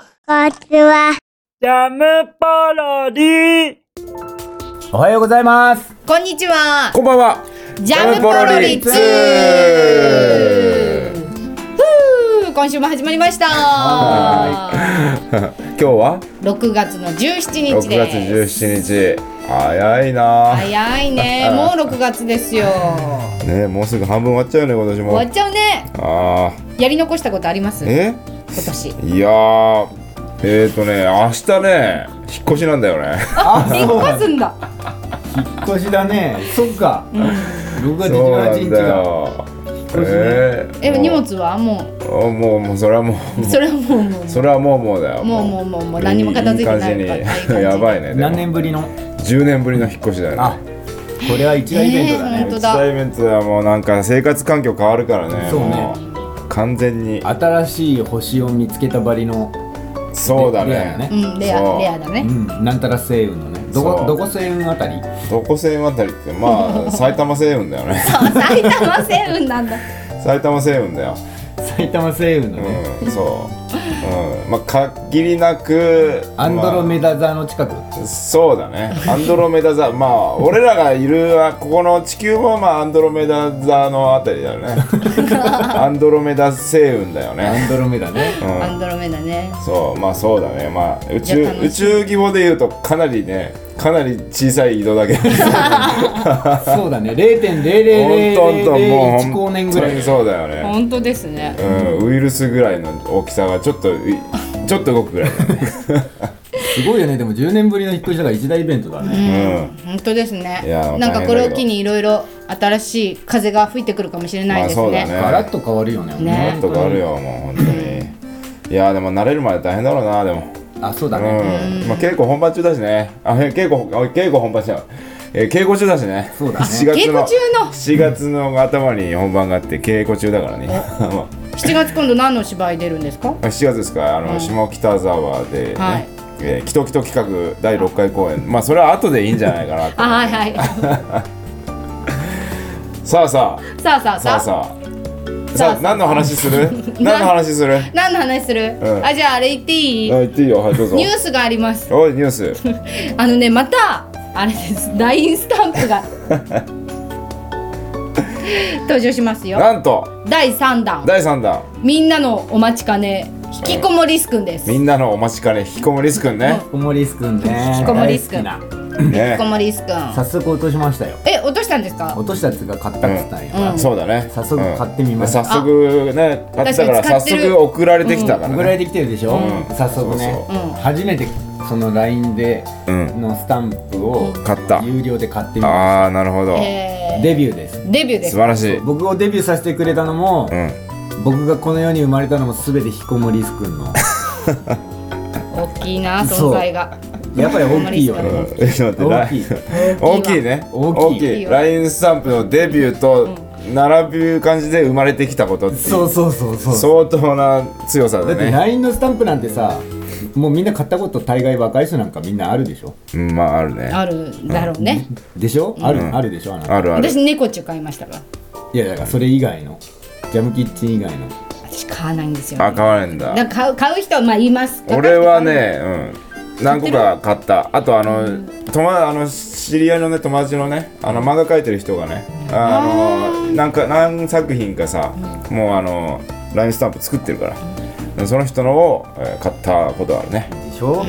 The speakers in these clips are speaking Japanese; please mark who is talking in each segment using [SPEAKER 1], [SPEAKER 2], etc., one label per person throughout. [SPEAKER 1] ちは。
[SPEAKER 2] ジャムパロディ
[SPEAKER 3] おはようございます。
[SPEAKER 4] こんにちは。
[SPEAKER 5] こんばんは。
[SPEAKER 4] ジャムポロリツー。ふう今週も始まりました。
[SPEAKER 5] 今日は
[SPEAKER 4] 六月の十七
[SPEAKER 5] 6
[SPEAKER 4] 日
[SPEAKER 5] 月
[SPEAKER 4] です。
[SPEAKER 5] 17日。早いなあ
[SPEAKER 4] 早いね。もう六月ですよ。
[SPEAKER 5] ねもうすぐ半分終わっちゃうね今年も。
[SPEAKER 4] 終わっちゃうね。
[SPEAKER 5] ああ
[SPEAKER 4] やり残したことあります？今
[SPEAKER 5] え
[SPEAKER 4] 年。
[SPEAKER 5] いやーえーとね明日ね引っ越しなんだよね。
[SPEAKER 3] あ、
[SPEAKER 4] 引っ越すんだ。
[SPEAKER 3] 引っ越しだね。そっか。6月
[SPEAKER 5] そうな
[SPEAKER 3] 18
[SPEAKER 5] ん
[SPEAKER 3] 日
[SPEAKER 5] だ
[SPEAKER 3] が。
[SPEAKER 5] よ。
[SPEAKER 3] 越しね
[SPEAKER 5] えー
[SPEAKER 4] え荷
[SPEAKER 5] もう
[SPEAKER 4] 物はも
[SPEAKER 5] あもうもうそれはも
[SPEAKER 4] う
[SPEAKER 5] う
[SPEAKER 4] それはもうもう
[SPEAKER 5] それはもうもうだよ。
[SPEAKER 4] もうもうもうもう何も片付いてない
[SPEAKER 5] いい
[SPEAKER 4] あ
[SPEAKER 5] 感
[SPEAKER 4] いい
[SPEAKER 5] じ
[SPEAKER 4] 感
[SPEAKER 5] に
[SPEAKER 4] じ
[SPEAKER 5] やばいね。でも
[SPEAKER 3] 何年ぶりの。
[SPEAKER 5] 10年ぶりの引っ越しだよね。
[SPEAKER 3] あ、これは一大イベントだ
[SPEAKER 4] えー本
[SPEAKER 3] ね。
[SPEAKER 4] 当
[SPEAKER 5] 一
[SPEAKER 4] だ
[SPEAKER 5] 大イベントはもうなんか生活環境変わるからね
[SPEAKER 3] そうね
[SPEAKER 5] もう完全に
[SPEAKER 3] 新しい星を見つけたばりの。
[SPEAKER 5] そうだ
[SPEAKER 3] レア
[SPEAKER 5] ね
[SPEAKER 3] ね
[SPEAKER 4] うんレア
[SPEAKER 5] そう
[SPEAKER 4] レアだ
[SPEAKER 3] う
[SPEAKER 4] ね。
[SPEAKER 3] ん、なんたら星雲のね。ど
[SPEAKER 5] そ
[SPEAKER 3] こ、
[SPEAKER 5] う
[SPEAKER 3] どこ星雲あたり。
[SPEAKER 5] どこ西雲あたりっ てまあ埼玉西雲だよね
[SPEAKER 4] あ埼玉セブンなんだ。
[SPEAKER 5] 埼玉西雲だよ
[SPEAKER 3] 埼玉星雲のね。
[SPEAKER 5] うんそう、うん、まあ限りなく
[SPEAKER 3] アンドロ
[SPEAKER 5] メ、
[SPEAKER 3] メダ座の近く。
[SPEAKER 5] まあそうだねアンドロメダ座まあ俺らがいるはここの地球もまあアンドロメダ座のあたりだよ ねアンドロメダ星雲だよ
[SPEAKER 3] ア
[SPEAKER 5] ね
[SPEAKER 3] ンドロメダ ね。
[SPEAKER 5] うん
[SPEAKER 4] アンドロメダね。
[SPEAKER 5] そうまあそうだねまあ宇宙
[SPEAKER 4] いや楽しい
[SPEAKER 5] 宇宙規模で言うとかなりねかなり小さい移動だけど
[SPEAKER 3] そうだね。0.0001
[SPEAKER 5] ほんとほんともう
[SPEAKER 3] 光年ぐらい。
[SPEAKER 5] そうだよね、
[SPEAKER 4] 本当ですね。
[SPEAKER 5] うん、ウイルスぐらいの大きさがちょっといちょっと動くぐらい だね、
[SPEAKER 3] すごいよね。でも10年ぶりの引っ越しだから一大イベントだね。
[SPEAKER 5] うん
[SPEAKER 4] 本当です
[SPEAKER 5] い
[SPEAKER 4] ね
[SPEAKER 5] やー
[SPEAKER 4] なんかこれを機
[SPEAKER 5] 大変だけど
[SPEAKER 4] にいろいろ新しい風が吹いてくるかもしれない
[SPEAKER 5] ま
[SPEAKER 4] で
[SPEAKER 5] あ
[SPEAKER 4] す
[SPEAKER 5] そうだ
[SPEAKER 4] ね,、
[SPEAKER 5] ね
[SPEAKER 3] ガラッと変わるよね。
[SPEAKER 4] ね
[SPEAKER 5] ちょっと変わるよもう本当にいやでも慣れるまで大変だろうなでも
[SPEAKER 3] あ、そう
[SPEAKER 5] う
[SPEAKER 3] だ
[SPEAKER 5] ん
[SPEAKER 3] ね。
[SPEAKER 5] まあ稽古本番中だしねあいや稽古あ稽古本番中だえー稽古中だしね
[SPEAKER 3] そうだね
[SPEAKER 5] 7月
[SPEAKER 4] 稽
[SPEAKER 5] の
[SPEAKER 4] 古中の
[SPEAKER 5] 7月の頭に本番があって稽古中だからね まあ
[SPEAKER 4] 7月今度何の芝居出るん ですか
[SPEAKER 5] 7月ですかあの、下北沢で、ね
[SPEAKER 4] はい
[SPEAKER 5] えーキトキト企画第6回公演まあそれは後でいいんじゃな いかなと
[SPEAKER 4] あはいはい
[SPEAKER 5] さあさ
[SPEAKER 4] さあさあ
[SPEAKER 5] あさ
[SPEAKER 4] さ
[SPEAKER 5] あ
[SPEAKER 4] あ
[SPEAKER 5] さあ
[SPEAKER 4] さあ
[SPEAKER 5] さあ何の話 する何の話する
[SPEAKER 4] 何の話する、
[SPEAKER 5] うん
[SPEAKER 4] あじゃああれ言っていい、
[SPEAKER 5] あ言っていいよはいどうぞ
[SPEAKER 4] ニュースがあります
[SPEAKER 5] おいニュース
[SPEAKER 4] あのねまたあれです LINE スタン プが登場しますよ
[SPEAKER 5] なんと
[SPEAKER 4] 第3弾
[SPEAKER 5] 第3弾
[SPEAKER 4] みんなのお待ちかね引きこもりすくんです、
[SPEAKER 5] みんなのお待ちかね引きこもりすくんね
[SPEAKER 3] 引きこもりすくんね。
[SPEAKER 4] 引きこもりすくん
[SPEAKER 3] 大好きな
[SPEAKER 4] 引き
[SPEAKER 5] ね
[SPEAKER 4] こもりすくん
[SPEAKER 3] 早速落としましたよ。
[SPEAKER 4] え落としたんですか
[SPEAKER 3] 落としたやつが買ったっつったんよ。
[SPEAKER 5] そうだね
[SPEAKER 3] 早速買ってみました
[SPEAKER 5] うん早速ね買ったか
[SPEAKER 4] 確
[SPEAKER 5] ら
[SPEAKER 4] かに
[SPEAKER 5] 早
[SPEAKER 4] 使ってる
[SPEAKER 5] 速送られてきたから
[SPEAKER 3] 送られ
[SPEAKER 5] ね
[SPEAKER 3] てきてるでしょ。早速ね
[SPEAKER 5] そう
[SPEAKER 4] そううん
[SPEAKER 3] 初めてその LINE で
[SPEAKER 5] うん
[SPEAKER 3] のスタンプを
[SPEAKER 5] 買った
[SPEAKER 3] 有料で買ってみまし
[SPEAKER 5] ああなるほど
[SPEAKER 3] た。
[SPEAKER 4] え
[SPEAKER 3] デビューです。
[SPEAKER 4] ー、デビューで
[SPEAKER 5] 素
[SPEAKER 4] す
[SPEAKER 5] 晴らしい
[SPEAKER 3] 僕をデビューさせてくれたのも、
[SPEAKER 5] うん
[SPEAKER 3] 僕がこの世に生まれたのも全てひこもりすくん の
[SPEAKER 4] 大きいな存在が
[SPEAKER 3] やっぱり大きいよね
[SPEAKER 5] えちょっと
[SPEAKER 3] 大
[SPEAKER 5] 待
[SPEAKER 3] きい
[SPEAKER 5] って大きいね
[SPEAKER 3] 大きい
[SPEAKER 5] 大きいラインスタンプのデビューと並ぶ感じで生まれてきたことっていう
[SPEAKER 3] そうそうそうそう
[SPEAKER 5] 相当な強さ
[SPEAKER 3] だ
[SPEAKER 5] だ
[SPEAKER 3] って
[SPEAKER 5] ね
[SPEAKER 3] LINE のスタンプなんてさもうみんな買ったこと大概若い人なんかみんなあるでしょ
[SPEAKER 5] うんまああるね
[SPEAKER 4] あるだろうね、
[SPEAKER 3] でしょ、あるあるでしょあなた
[SPEAKER 5] あるある
[SPEAKER 4] 私猫中買いましたから
[SPEAKER 3] いやだからそれ以外のジャムキッチン以外の
[SPEAKER 4] 私買わないんですよ、
[SPEAKER 5] あ
[SPEAKER 4] ね、
[SPEAKER 5] 買わないん
[SPEAKER 4] だ
[SPEAKER 5] だ
[SPEAKER 4] から買う買う人はまあいます
[SPEAKER 5] 俺はねうん何個か買ったあとあの友達あの知り合いのね友達のねあの漫画描いてる人がねあのなんか何作品かさもうあのラインスタンプ作ってるからその人のをえー買ったことあるね
[SPEAKER 3] でしょ、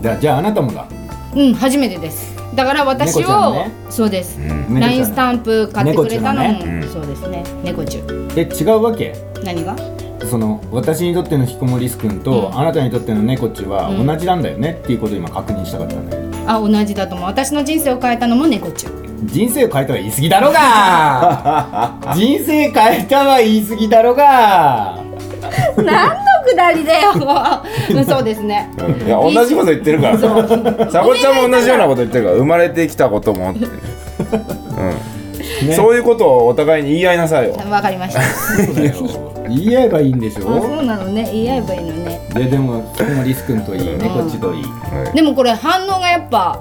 [SPEAKER 3] だじゃああなたもだ
[SPEAKER 4] うん初めてですだから私
[SPEAKER 3] 猫ちゃ
[SPEAKER 4] を、
[SPEAKER 3] んね
[SPEAKER 4] そうです、
[SPEAKER 3] ん
[SPEAKER 4] LINE スタンプ買ってくれたのも
[SPEAKER 3] 猫
[SPEAKER 4] そうですね猫中
[SPEAKER 3] え違うわけ
[SPEAKER 4] 何が
[SPEAKER 3] その私にとってのひこもりすくんと、あなたにとっての猫っちは同じなんだよねっていうことを今確認したかったんだよ
[SPEAKER 4] あ同じだと思う私の人生を変えたのも猫中
[SPEAKER 3] 人生を変えたは言い過ぎだろうが 人生変えたは言い過ぎだろうが
[SPEAKER 4] 何のくだりだよもううん そうですね
[SPEAKER 5] いや同じこと言ってるからサボちゃんも同じようなこと言ってるから生まれてきたこともって、うん
[SPEAKER 3] ね
[SPEAKER 5] そういうことをお互いに言い合いなさいよ
[SPEAKER 4] わかりましたあ
[SPEAKER 3] そうだよ言えばいいんでしょ
[SPEAKER 4] そうなのね言い合えばいいのね
[SPEAKER 3] ででもひこもりすくんといい猫っちといい
[SPEAKER 4] でもこれ反応がやっぱ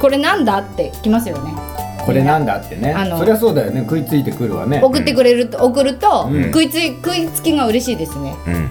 [SPEAKER 4] これなんだってきますよね
[SPEAKER 3] これなんだってね
[SPEAKER 4] あの
[SPEAKER 3] そりゃそうだよね食いついてくるわね
[SPEAKER 4] 送ってくれると、送ると、食いつい食いつきが嬉しいですね、
[SPEAKER 5] うん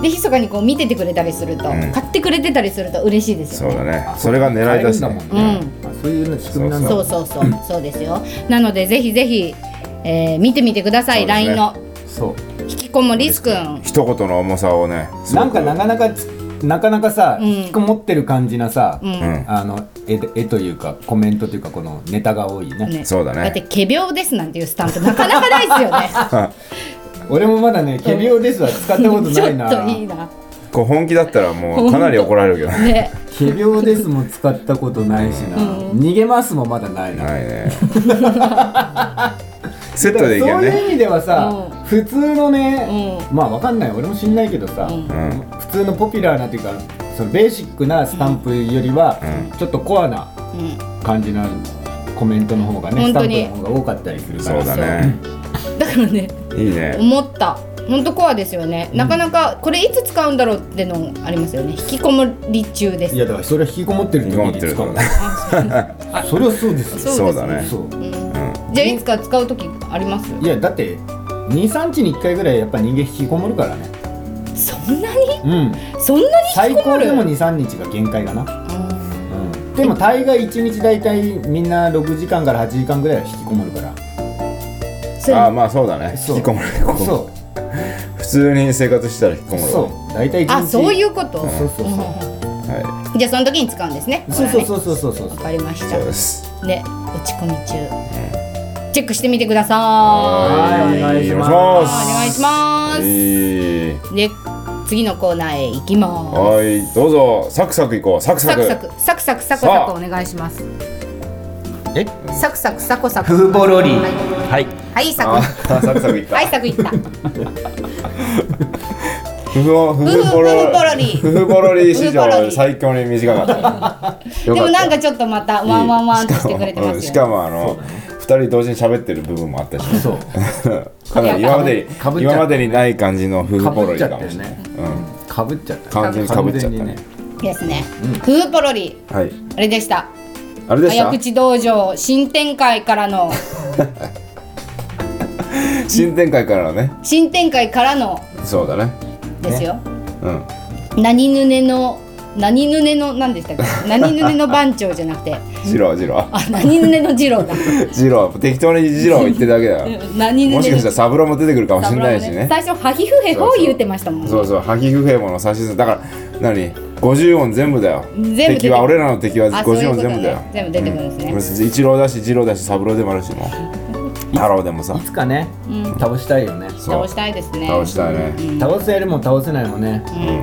[SPEAKER 4] で密かにこう見ててくれたりすると、
[SPEAKER 5] うん
[SPEAKER 4] 買ってくれてたりすると嬉しいです
[SPEAKER 5] そ
[SPEAKER 4] よ
[SPEAKER 5] う
[SPEAKER 4] ね
[SPEAKER 5] だねそれが狙い
[SPEAKER 3] 買え
[SPEAKER 5] で
[SPEAKER 3] るん
[SPEAKER 5] す
[SPEAKER 3] だ
[SPEAKER 5] ね
[SPEAKER 3] もん
[SPEAKER 4] う
[SPEAKER 3] ね、
[SPEAKER 4] ん
[SPEAKER 3] あそういう仕組みなんだ
[SPEAKER 4] そうそうそう、そうですよなのでぜひぜひ、えー見てみてください、
[SPEAKER 5] そうですね
[SPEAKER 4] LINE の
[SPEAKER 3] そう
[SPEAKER 4] 引きこもりすくん
[SPEAKER 5] 一言の重さをねすご
[SPEAKER 3] な
[SPEAKER 5] く
[SPEAKER 3] んかなかなかつなかなかさ、
[SPEAKER 4] うん
[SPEAKER 3] 引きこもってる感じなさ、
[SPEAKER 4] うん、
[SPEAKER 5] うん
[SPEAKER 3] あの絵で絵というかコメントというかこのネタが多いね
[SPEAKER 4] ね
[SPEAKER 5] そうだね
[SPEAKER 4] だって「仮病です」なんていうスタンプなかなかないです よね
[SPEAKER 3] 俺もまだね「ケビオです」は使ったこと
[SPEAKER 4] ちょ
[SPEAKER 3] ないな
[SPEAKER 4] っといいな
[SPEAKER 5] こう本気だったらもうかなり怒られるけどね
[SPEAKER 4] ね
[SPEAKER 3] 「ケビオです」も使ったことないしな「逃げます」もまだないな、
[SPEAKER 5] ない ねセッ
[SPEAKER 3] だか
[SPEAKER 5] ト
[SPEAKER 3] ら
[SPEAKER 5] でいけ
[SPEAKER 3] そう
[SPEAKER 5] るね
[SPEAKER 3] いう意味ではさ、
[SPEAKER 4] う
[SPEAKER 3] 普通の
[SPEAKER 4] う
[SPEAKER 3] ね、
[SPEAKER 4] ん
[SPEAKER 3] まあわかんない俺も知んないけどさ、
[SPEAKER 4] うん
[SPEAKER 5] うん
[SPEAKER 3] 普通のポピュラーなというかそのベーシックなスタンプよりは、ちょっとコアな
[SPEAKER 4] うん
[SPEAKER 3] 感じのコメントの方がね
[SPEAKER 4] 本
[SPEAKER 3] ス
[SPEAKER 4] 当
[SPEAKER 3] タン
[SPEAKER 4] に
[SPEAKER 3] プの方が多かったりするか
[SPEAKER 5] そう
[SPEAKER 3] ら
[SPEAKER 5] だね
[SPEAKER 4] だからね
[SPEAKER 5] いいね
[SPEAKER 4] 思った本当コアですよね、なかなかこれいつ使うんだろうってのありますよね引きこもり中です
[SPEAKER 3] いやだからそれは引きこもってる時に使う
[SPEAKER 5] 引きこもってる
[SPEAKER 3] あ それはそうですよ
[SPEAKER 5] そうだね
[SPEAKER 3] そう
[SPEAKER 4] うんじゃあいつか使う時あります
[SPEAKER 3] いやだって23日に1回ぐらいやっぱ人間引きこもるからね
[SPEAKER 4] そんなに
[SPEAKER 3] うん
[SPEAKER 4] そんなに
[SPEAKER 3] 最
[SPEAKER 4] 引きこも
[SPEAKER 3] 高
[SPEAKER 4] る
[SPEAKER 3] でも23日が限界かな、
[SPEAKER 4] うん
[SPEAKER 3] うん、でも大概1日大体みんな6時間から8時間ぐらいは引きこもるから
[SPEAKER 4] それ
[SPEAKER 5] ああまあそうだね
[SPEAKER 3] そう
[SPEAKER 5] 引きこもる引きこもる
[SPEAKER 3] そ
[SPEAKER 5] 普通に生活したら引きこ
[SPEAKER 3] う
[SPEAKER 5] もるわ
[SPEAKER 3] そう大体1日
[SPEAKER 4] あそういうこと
[SPEAKER 3] そうそうそう
[SPEAKER 4] うん
[SPEAKER 5] は
[SPEAKER 4] じゃあその時に使うんですね
[SPEAKER 3] そうそう
[SPEAKER 4] う
[SPEAKER 3] そうそうそうそう
[SPEAKER 4] わかりまし
[SPEAKER 5] い
[SPEAKER 4] た
[SPEAKER 5] そうです
[SPEAKER 4] ね落ち込み中チェックしてみてください
[SPEAKER 3] はいお願いします
[SPEAKER 5] お
[SPEAKER 4] お願
[SPEAKER 5] 願
[SPEAKER 4] い
[SPEAKER 5] い
[SPEAKER 4] し
[SPEAKER 5] しま
[SPEAKER 4] ますす
[SPEAKER 5] いい
[SPEAKER 4] で次のコーナーへ行きま
[SPEAKER 5] はいどうぞサクサクいこうサク
[SPEAKER 4] す
[SPEAKER 5] サ
[SPEAKER 4] サ
[SPEAKER 5] ク
[SPEAKER 4] クサクサクサクサコサコお願いします
[SPEAKER 2] え
[SPEAKER 4] サクサクサコサコ
[SPEAKER 2] フーボロリー
[SPEAKER 4] はい
[SPEAKER 2] はい
[SPEAKER 4] はいサク
[SPEAKER 5] あーサクサクいった
[SPEAKER 4] はいサクいった
[SPEAKER 5] ふふおふ
[SPEAKER 4] ふふ
[SPEAKER 5] ふぼ
[SPEAKER 4] ふふぼろ
[SPEAKER 5] ろ
[SPEAKER 4] り
[SPEAKER 5] りふふぼろり史
[SPEAKER 4] ふふぼろり
[SPEAKER 5] 上最強に短かった
[SPEAKER 4] でもなん
[SPEAKER 5] か
[SPEAKER 4] かちょっとまたワンワンワンとしてくれてますよ
[SPEAKER 5] しかもあの二人同時に喋ってる部分もあったし
[SPEAKER 3] そう
[SPEAKER 5] かなり今までに
[SPEAKER 3] かぶっちゃった
[SPEAKER 5] 今までにない感じの夫婦
[SPEAKER 3] か
[SPEAKER 5] ボ
[SPEAKER 3] ぶ
[SPEAKER 5] ロ
[SPEAKER 3] っ
[SPEAKER 5] リ
[SPEAKER 3] ちゃ
[SPEAKER 5] か
[SPEAKER 3] った
[SPEAKER 5] も
[SPEAKER 3] よ
[SPEAKER 5] しれない
[SPEAKER 3] ね
[SPEAKER 5] うん
[SPEAKER 3] かぶっちゃった
[SPEAKER 5] 完全にかぶっちゃった
[SPEAKER 3] 完全に
[SPEAKER 5] ね
[SPEAKER 4] ですねふうぽろり
[SPEAKER 5] はい
[SPEAKER 4] あれでした
[SPEAKER 5] あれでした
[SPEAKER 4] 早口道場新展開から の
[SPEAKER 5] 新展開からのね
[SPEAKER 4] 新展開からの
[SPEAKER 5] そうだね
[SPEAKER 4] ですよ、
[SPEAKER 5] うん
[SPEAKER 4] 何ぬねの何ぬねの何でしたっけ何ぬねの番長じゃなくて
[SPEAKER 5] ジロージロー
[SPEAKER 4] あ何ぬねの次郎 だ
[SPEAKER 5] ジロー適当にジロー言ってるだけだよ
[SPEAKER 4] 何ぬねの
[SPEAKER 5] もし かしたらサブローも出てくるかもしれないしね
[SPEAKER 4] 最初ハヒフヘホ言ってましたもんね
[SPEAKER 5] そうそう、ハキフヘモの指図だから何50音全部だよ
[SPEAKER 4] 全部出て
[SPEAKER 5] 敵は俺らの敵は
[SPEAKER 4] あそういうこ
[SPEAKER 5] 50音
[SPEAKER 4] と
[SPEAKER 5] 全部だよ
[SPEAKER 4] ね全部出てくるんですね、
[SPEAKER 5] 一郎だし二郎だし三郎でもあるしもう太郎でもさ
[SPEAKER 3] いつかね倒したいよね
[SPEAKER 5] そう
[SPEAKER 4] 倒したいですね
[SPEAKER 5] 倒したいね
[SPEAKER 3] 倒せるも倒せないもね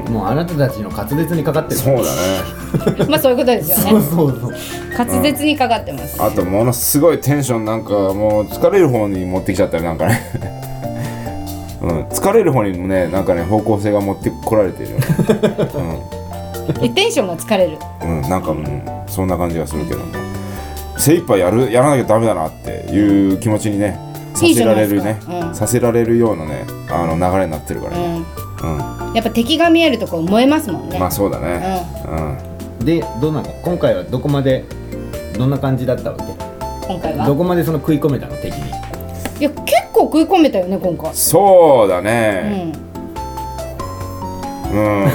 [SPEAKER 3] もうあなたたちの滑舌にかかってる
[SPEAKER 5] そうだね
[SPEAKER 4] まあそういうことですよ
[SPEAKER 3] そう
[SPEAKER 4] ね
[SPEAKER 3] そうそう
[SPEAKER 4] 滑舌にかかってます、
[SPEAKER 5] あとものすごいテンションなんかもう疲れる方に持ってきちゃったりなんかねうん、疲れる方にもねなんかね方向性が持ってこられてるよね
[SPEAKER 4] えテンションが疲れる
[SPEAKER 5] うん、なんかもうそんな感じがするけども精一杯やるやらなきゃダメだなっていう気持ちにねさ
[SPEAKER 4] いいじ
[SPEAKER 5] せ
[SPEAKER 4] ゃな
[SPEAKER 5] ら
[SPEAKER 4] いで
[SPEAKER 5] れ
[SPEAKER 4] す
[SPEAKER 5] る
[SPEAKER 4] か
[SPEAKER 5] ね
[SPEAKER 4] うん
[SPEAKER 5] させられるようなねあの流れになってるから
[SPEAKER 4] う
[SPEAKER 5] ね、
[SPEAKER 4] ん
[SPEAKER 5] うん
[SPEAKER 4] やっぱ敵が見えるとこう燃えますもんね、
[SPEAKER 5] まあそうだね、うん
[SPEAKER 3] でどうなの今回はどこまでどんな感じだったわけ
[SPEAKER 4] 今回は
[SPEAKER 3] どこまでその食い込めたの敵に
[SPEAKER 4] いや結構食い込めたよね今回
[SPEAKER 5] そうだね
[SPEAKER 4] うん
[SPEAKER 5] うん、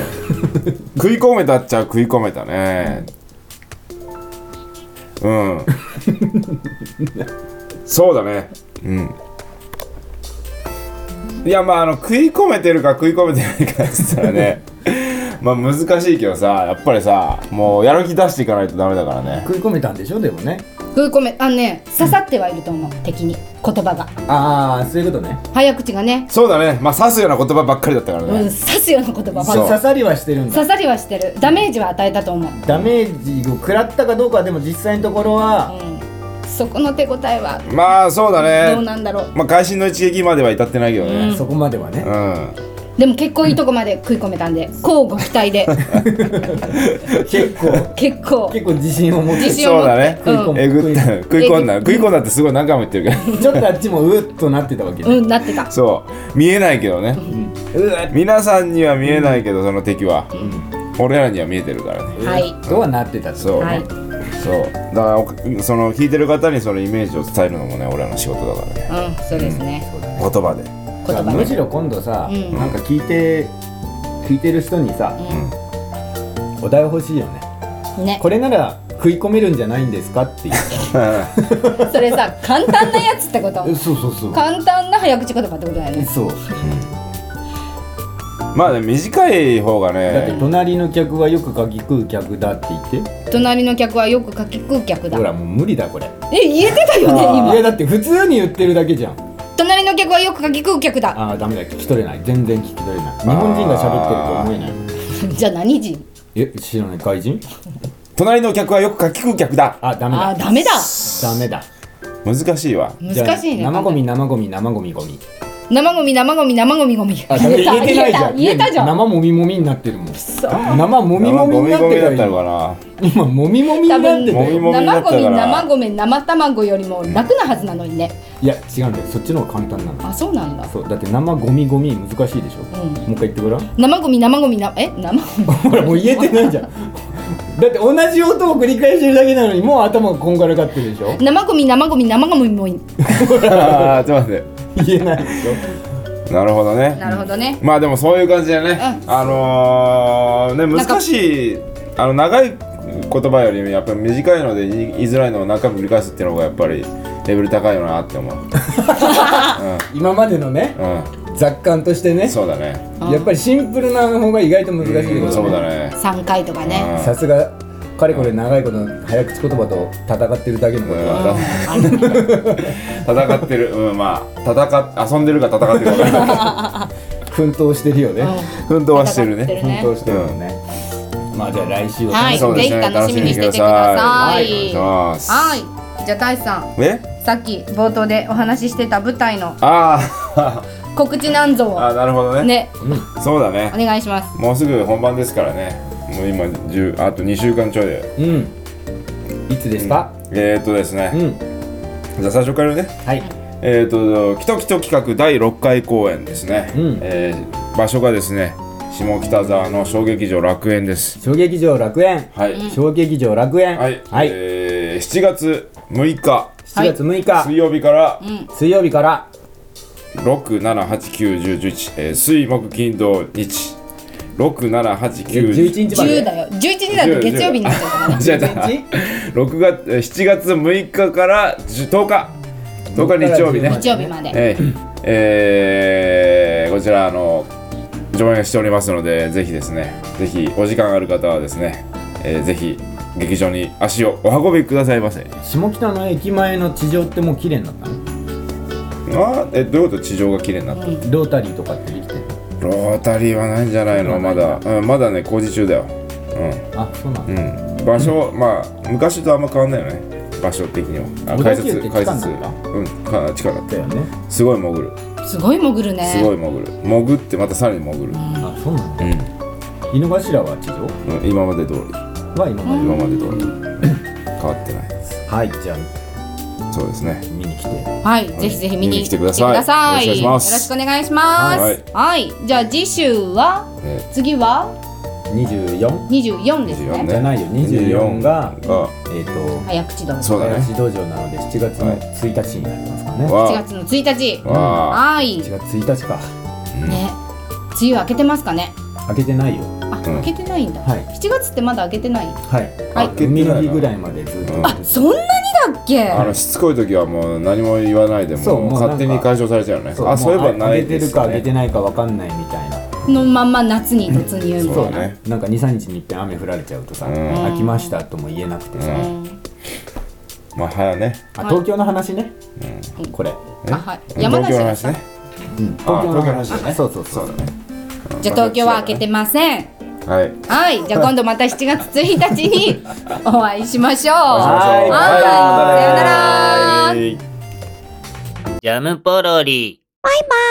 [SPEAKER 5] 食い込めたっちゃ食い込めたねうんそうだねうんいやまああの食い込めてるか食い込めてないかっつったらねまあ難しいけどさやっぱりさもうやる気出していかないとダメだからね
[SPEAKER 3] 食い込めたんでしょでもね
[SPEAKER 4] 食い込めあのね刺さってはいると思う敵に言葉が
[SPEAKER 3] ああそういうことね
[SPEAKER 4] 早口がね、
[SPEAKER 5] そうだねまあ刺すような言葉ばっかりだったから
[SPEAKER 4] うん、刺
[SPEAKER 5] ね、
[SPEAKER 4] すような言葉ばっか
[SPEAKER 5] そう
[SPEAKER 4] り
[SPEAKER 3] 刺さりはしてるんだ
[SPEAKER 4] 刺さりはしてるダメージは与えたと思う、
[SPEAKER 3] ダメージを食らったかどうかはでも実際のところは
[SPEAKER 4] うん、そこの手応えは
[SPEAKER 5] まあそうだね
[SPEAKER 4] どうなんだろう、
[SPEAKER 5] まあ会心の一撃までは至ってないけどね
[SPEAKER 3] そこまではね
[SPEAKER 5] うん
[SPEAKER 4] でも結構いいとこまで食い込めたんで交互期 待で
[SPEAKER 3] 結構
[SPEAKER 4] 結構
[SPEAKER 3] 結構自信を持って
[SPEAKER 4] 自信を
[SPEAKER 5] そう
[SPEAKER 4] 持
[SPEAKER 5] だ
[SPEAKER 4] っ
[SPEAKER 5] ね
[SPEAKER 4] て、うん
[SPEAKER 5] えぐった食い込んだ食い込んだってすごい何回も言ってるけど
[SPEAKER 3] ちょっとあっちもうーっとなってたわけね
[SPEAKER 4] うん、なってた
[SPEAKER 5] そう見えないけどね
[SPEAKER 3] うわっ
[SPEAKER 5] 皆さんには見えないけど、その敵は、俺らには見えてるからね
[SPEAKER 4] はい
[SPEAKER 3] とはなってた
[SPEAKER 5] そう、
[SPEAKER 4] はい
[SPEAKER 5] そうだからおその聞いてる方にそのイメージを伝えるのもね俺らの仕事だからね
[SPEAKER 4] うんそうですね
[SPEAKER 5] 言葉で
[SPEAKER 4] 言葉
[SPEAKER 3] むしろ今度さ、なんか聞いて聞いてる人にさ、お題欲しいよね
[SPEAKER 4] ね
[SPEAKER 3] これなら食い込めるんじゃないんですか っていう
[SPEAKER 4] それさ簡単なやつってこと
[SPEAKER 3] そうそうそう
[SPEAKER 4] 簡単な早口言葉ってことだよね
[SPEAKER 3] そう
[SPEAKER 5] まあね短い方が
[SPEAKER 3] だって
[SPEAKER 5] ね
[SPEAKER 3] 隣の客はよく鍵食う客だって言って
[SPEAKER 4] 隣の客はよくかき食う客だ
[SPEAKER 3] ほらもう無理だこれ
[SPEAKER 4] え言えてたよね
[SPEAKER 3] い
[SPEAKER 4] 今
[SPEAKER 3] やだって普通に言ってるだけじゃん
[SPEAKER 4] 隣の客はよくかき食う客だ
[SPEAKER 3] ああダメだ聞き取れない全然聞き取れない日本人が喋ってるとは思えない
[SPEAKER 4] じゃあ何人
[SPEAKER 3] え知らない外人
[SPEAKER 5] 隣の客はよくかき食う客だ
[SPEAKER 3] あダメ
[SPEAKER 4] あ
[SPEAKER 3] だ
[SPEAKER 4] ーダメだ
[SPEAKER 3] ダメだ
[SPEAKER 5] 難しいわ
[SPEAKER 4] 難しいね
[SPEAKER 3] じゃあ生ゴミ生ゴミ生ゴミゴミ
[SPEAKER 4] 生ゴミ生ゴミ生ゴミゴミ
[SPEAKER 3] あダメ言えてないじゃん
[SPEAKER 4] 言えた言えたじゃん
[SPEAKER 3] 生もみもみになってるもん生もみもみ
[SPEAKER 5] ゴ
[SPEAKER 3] に
[SPEAKER 5] ミ
[SPEAKER 3] なっ
[SPEAKER 5] ゴミ
[SPEAKER 3] て
[SPEAKER 5] だ
[SPEAKER 3] る
[SPEAKER 5] っ
[SPEAKER 3] か
[SPEAKER 5] たの
[SPEAKER 3] ら
[SPEAKER 5] かな
[SPEAKER 3] 今もみもみに
[SPEAKER 4] 多
[SPEAKER 3] なっ
[SPEAKER 4] 分
[SPEAKER 3] て
[SPEAKER 4] 生
[SPEAKER 5] も
[SPEAKER 3] たよ
[SPEAKER 5] みもみになった
[SPEAKER 4] ゴ
[SPEAKER 5] か
[SPEAKER 4] ミ
[SPEAKER 5] ら
[SPEAKER 4] 生米生卵よりも楽なはずなのにね
[SPEAKER 3] いや違うんだよそっちの方が簡単なの
[SPEAKER 4] あそうなんだ
[SPEAKER 3] そうだって生ゴミゴミ難しいでしょ、
[SPEAKER 4] う
[SPEAKER 3] もう
[SPEAKER 4] ん
[SPEAKER 3] 一回言ってごらん
[SPEAKER 4] 生ゴミ生ゴミなえ生ゴミ
[SPEAKER 3] ほらもう言えてないじゃんだって同じ音を繰り返してるだけなのにもう頭がこんがらがってるでしょ
[SPEAKER 4] 生ゴミ生ゴミ生ゴミもい
[SPEAKER 5] あー ちょっと待っ
[SPEAKER 3] 言えないでしょ
[SPEAKER 5] てなるほどね
[SPEAKER 4] なるほどね
[SPEAKER 5] まあでもそういう感じでね
[SPEAKER 4] う
[SPEAKER 5] あのーね
[SPEAKER 4] なんか
[SPEAKER 5] 難しいあの長い言葉よりやっぱり短いので言い言いづらいのを何回も繰り返すっていうのがやっぱりレベル高いよなっ て思う
[SPEAKER 3] 今までのね
[SPEAKER 5] う
[SPEAKER 3] 雑感としてね
[SPEAKER 5] んそうだね
[SPEAKER 3] やっぱりシンプルな方が意外と難しいで
[SPEAKER 5] うん
[SPEAKER 3] す
[SPEAKER 5] そうだ
[SPEAKER 3] ね
[SPEAKER 5] ね
[SPEAKER 4] 3回とかね
[SPEAKER 3] さすがかれこれ長いこと早口言葉と戦ってるだけのこ
[SPEAKER 5] う
[SPEAKER 3] と
[SPEAKER 5] ん
[SPEAKER 3] は
[SPEAKER 4] うんあるね
[SPEAKER 5] 戦ってるうんまあ戦っ遊んでるか戦ってるか分かん ない
[SPEAKER 3] 奮闘してるよね
[SPEAKER 5] 奮闘はしてる
[SPEAKER 4] 戦
[SPEAKER 5] ね
[SPEAKER 4] ってる
[SPEAKER 3] 奮
[SPEAKER 4] ね
[SPEAKER 3] 闘してるよねまあじゃあ来週を
[SPEAKER 4] はい
[SPEAKER 5] そうですね
[SPEAKER 4] ぜひ楽しみにしててください
[SPEAKER 5] 楽しみにしてくださいお願いします
[SPEAKER 4] はいじゃあ大志さん
[SPEAKER 5] え
[SPEAKER 4] さっき冒頭でお話ししてた舞台の
[SPEAKER 5] あ
[SPEAKER 4] 告知なんぞ
[SPEAKER 5] ー あー
[SPEAKER 4] を
[SPEAKER 5] なるほどね
[SPEAKER 4] ね
[SPEAKER 5] そうだ
[SPEAKER 4] お
[SPEAKER 5] ね
[SPEAKER 4] 願いします
[SPEAKER 5] もうすぐ本番ですからねもう今10あと2週間ちょいで
[SPEAKER 3] うんいつですか
[SPEAKER 5] えー、っとです
[SPEAKER 3] う
[SPEAKER 5] ね、
[SPEAKER 3] ん
[SPEAKER 5] じゃあ最初からね
[SPEAKER 3] はい
[SPEAKER 5] えー、っと「キトキト企画第6回公演」ですね、
[SPEAKER 3] うん
[SPEAKER 5] えー場所がですね下北沢の小劇場楽園です
[SPEAKER 3] 小劇場楽園
[SPEAKER 5] はい、
[SPEAKER 3] 小劇場楽園
[SPEAKER 5] はい、
[SPEAKER 3] はい
[SPEAKER 5] えー7月6日
[SPEAKER 3] 7月6
[SPEAKER 5] 水
[SPEAKER 3] 日
[SPEAKER 5] 曜日から
[SPEAKER 3] 水曜日から
[SPEAKER 5] 六七八九十十一、えー、水木金土日六七八九十
[SPEAKER 3] 11日ま
[SPEAKER 4] 10
[SPEAKER 3] で
[SPEAKER 4] だよ11時だと月曜日になっちゃうからね
[SPEAKER 5] 違う違う六月えー七月六日から十十日十日日曜日ね
[SPEAKER 3] 10。
[SPEAKER 4] 日曜日まで
[SPEAKER 5] えーえーこちらあの上演しておりますのでぜひですねぜひお時間ある方はですね、えー、ぜひ劇場に足をお運びくださいませ。
[SPEAKER 3] 下北の駅前の地上ってもう綺麗になったの
[SPEAKER 5] あえどういうこと地上が綺麗になったの？
[SPEAKER 3] ロータリーとかってできてる
[SPEAKER 5] ロータリーはないんじゃないのまだ、うん、まだね工事中だよ。うん。
[SPEAKER 3] あそうなの
[SPEAKER 5] うん、場所、まあ昔とあんま変わんないよね場所的にはあ
[SPEAKER 3] 小田
[SPEAKER 5] 解
[SPEAKER 3] 急っ
[SPEAKER 5] 説
[SPEAKER 3] て
[SPEAKER 5] 解
[SPEAKER 3] 地下
[SPEAKER 5] 説
[SPEAKER 3] なんだ
[SPEAKER 5] うんか地下だっ
[SPEAKER 3] だ
[SPEAKER 5] て
[SPEAKER 3] よね
[SPEAKER 5] すごい潜る
[SPEAKER 4] すごい潜るね
[SPEAKER 5] すごい潜る潜ってまたさらに潜る、
[SPEAKER 3] あそうなの井の頭は地上
[SPEAKER 5] うん、今まで通り
[SPEAKER 3] は今まで
[SPEAKER 5] 今まで通り変わってない
[SPEAKER 3] はいじゃ
[SPEAKER 5] そうですね
[SPEAKER 3] あ見に来て
[SPEAKER 4] はい、ぜひぜひ見
[SPEAKER 5] 見
[SPEAKER 4] に
[SPEAKER 5] に来てくだ
[SPEAKER 4] 来
[SPEAKER 5] さい
[SPEAKER 4] て
[SPEAKER 5] よろしくお願いします
[SPEAKER 4] よろしくお願いします。は
[SPEAKER 5] はいい、
[SPEAKER 4] じゃあ次週は、
[SPEAKER 5] え
[SPEAKER 4] 次は
[SPEAKER 3] 24
[SPEAKER 4] 24です
[SPEAKER 5] 24
[SPEAKER 4] ね。
[SPEAKER 5] ね
[SPEAKER 3] じゃないよ24が
[SPEAKER 5] が
[SPEAKER 3] えっと
[SPEAKER 4] 早口道。
[SPEAKER 5] そうだね
[SPEAKER 3] 林道場なので7月の1日になりますかね
[SPEAKER 4] 7
[SPEAKER 5] わ
[SPEAKER 4] 月の1日。
[SPEAKER 5] あわあ
[SPEAKER 4] はい。ね
[SPEAKER 3] 1、月1日か
[SPEAKER 4] 梅雨明けてますかね。
[SPEAKER 3] 開けてないよ
[SPEAKER 4] あ、明けてないんだ。
[SPEAKER 3] はい
[SPEAKER 4] 7月ってまだ明けてない。
[SPEAKER 3] はい
[SPEAKER 4] はい
[SPEAKER 5] 開けて
[SPEAKER 3] 海
[SPEAKER 5] ないな
[SPEAKER 3] の日ぐらいまでずっと
[SPEAKER 5] うん
[SPEAKER 4] あ、そんなにだっけ。
[SPEAKER 5] あのしつこい時はもう何も言わないで
[SPEAKER 3] そう
[SPEAKER 5] も
[SPEAKER 3] も
[SPEAKER 5] う
[SPEAKER 3] うなんか
[SPEAKER 5] 勝手に解消されちゃうよねあそういえば
[SPEAKER 3] もう
[SPEAKER 5] な
[SPEAKER 3] 上
[SPEAKER 5] い
[SPEAKER 3] げ
[SPEAKER 5] で
[SPEAKER 3] てる
[SPEAKER 5] す
[SPEAKER 3] か
[SPEAKER 5] か
[SPEAKER 3] 上げ
[SPEAKER 5] ね
[SPEAKER 3] てないかわかんないみたいな
[SPEAKER 4] のまんま夏に突入みた
[SPEAKER 5] そ
[SPEAKER 4] いうな。
[SPEAKER 5] だね
[SPEAKER 3] なんか23日にいっぺん雨降られちゃうとさ
[SPEAKER 5] うん
[SPEAKER 3] 飽きましたとも言えなくてさ
[SPEAKER 5] まあ早ね
[SPEAKER 3] あ東京の話ね
[SPEAKER 4] うん
[SPEAKER 3] これ
[SPEAKER 4] あ、はい。山梨
[SPEAKER 5] 東京の
[SPEAKER 4] だっ
[SPEAKER 5] 話
[SPEAKER 4] た
[SPEAKER 5] ね。
[SPEAKER 3] うん東京の話
[SPEAKER 5] 東京の話だね
[SPEAKER 3] そうそうそ
[SPEAKER 5] そううだね
[SPEAKER 4] じゃあ東京は明けてません。
[SPEAKER 5] はい
[SPEAKER 4] はい、じゃあ今度また7月1日にお会いしましょう。
[SPEAKER 3] はい
[SPEAKER 5] ま
[SPEAKER 4] はい
[SPEAKER 5] たね
[SPEAKER 4] さよなら
[SPEAKER 5] はい
[SPEAKER 2] ジャムポロリ。
[SPEAKER 1] バイバイ